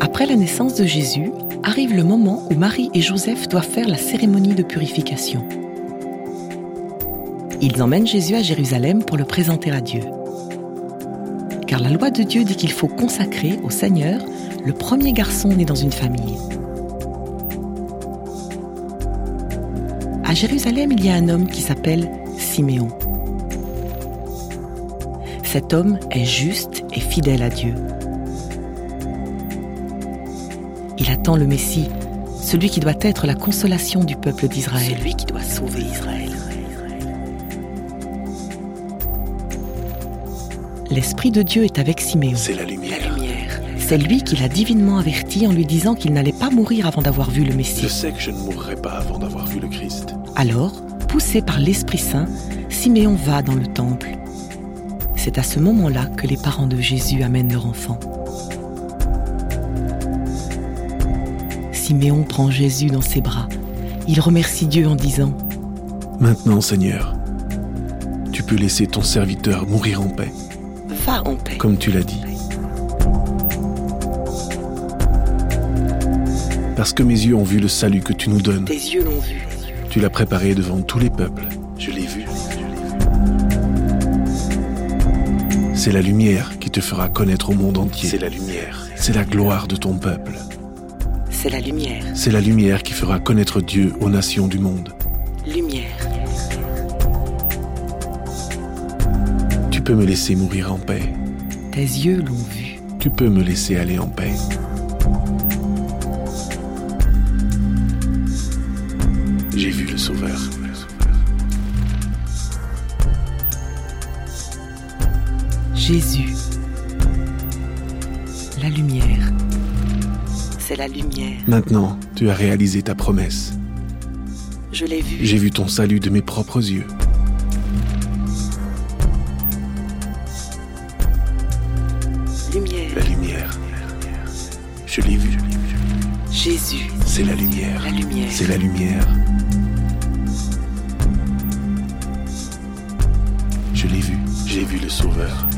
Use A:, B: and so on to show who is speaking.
A: Après la naissance de Jésus, arrive le moment où Marie et Joseph doivent faire la cérémonie de purification. Ils emmènent Jésus à Jérusalem pour le présenter à Dieu. Car la loi de Dieu dit qu'il faut consacrer au Seigneur le premier garçon né dans une famille. À Jérusalem, il y a un homme qui s'appelle Siméon. Cet homme est juste et fidèle à Dieu. Il attend le Messie, celui qui doit être la consolation du peuple d'Israël.
B: Celui qui doit sauver Israël.
A: L'Esprit de Dieu est avec Siméon.
B: C'est la lumière.
A: lumière. C'est lui qui l'a divinement averti en lui disant qu'il n'allait pas mourir avant d'avoir vu le
B: Je
A: Messie.
B: sais que je ne mourrai pas avant d'avoir vu le Christ.
A: Alors, poussé par l'Esprit Saint, Siméon va dans le temple. C'est à ce moment-là que les parents de Jésus amènent leur enfant. Siméon prend Jésus dans ses bras. Il remercie Dieu en disant
B: Maintenant, Seigneur, tu peux laisser ton serviteur mourir en paix,
A: ⁇ Va en paix ⁇
B: comme tu l'as dit. Parce que mes yeux ont vu le salut que tu nous donnes.
A: Tes yeux l'ont vu.
B: Tu l'as préparé devant tous les peuples. Je l'ai vu. C'est la lumière qui te fera connaître au monde entier. C'est la lumière. C'est la gloire de ton peuple.
A: C'est la lumière,
B: C'est la lumière qui fera connaître Dieu aux nations du monde.
A: lumière.
B: Tu peux me laisser mourir en paix.
A: Tes yeux l'ont vu.
B: Tu peux me laisser aller en paix. J'ai vu le Sauveur.
A: Jésus. La lumière. C'est la lumière.
B: Maintenant, tu as réalisé ta promesse.
A: Je l'ai vu.
B: J'ai vu ton salut de mes propres yeux.
A: Lumière.
B: La lumière. Je l'ai vu.
A: Jésus.
B: C'est la lumière.
A: La lumière.
B: C'est la lumière. Je l'ai vu. J'ai vu le Sauveur.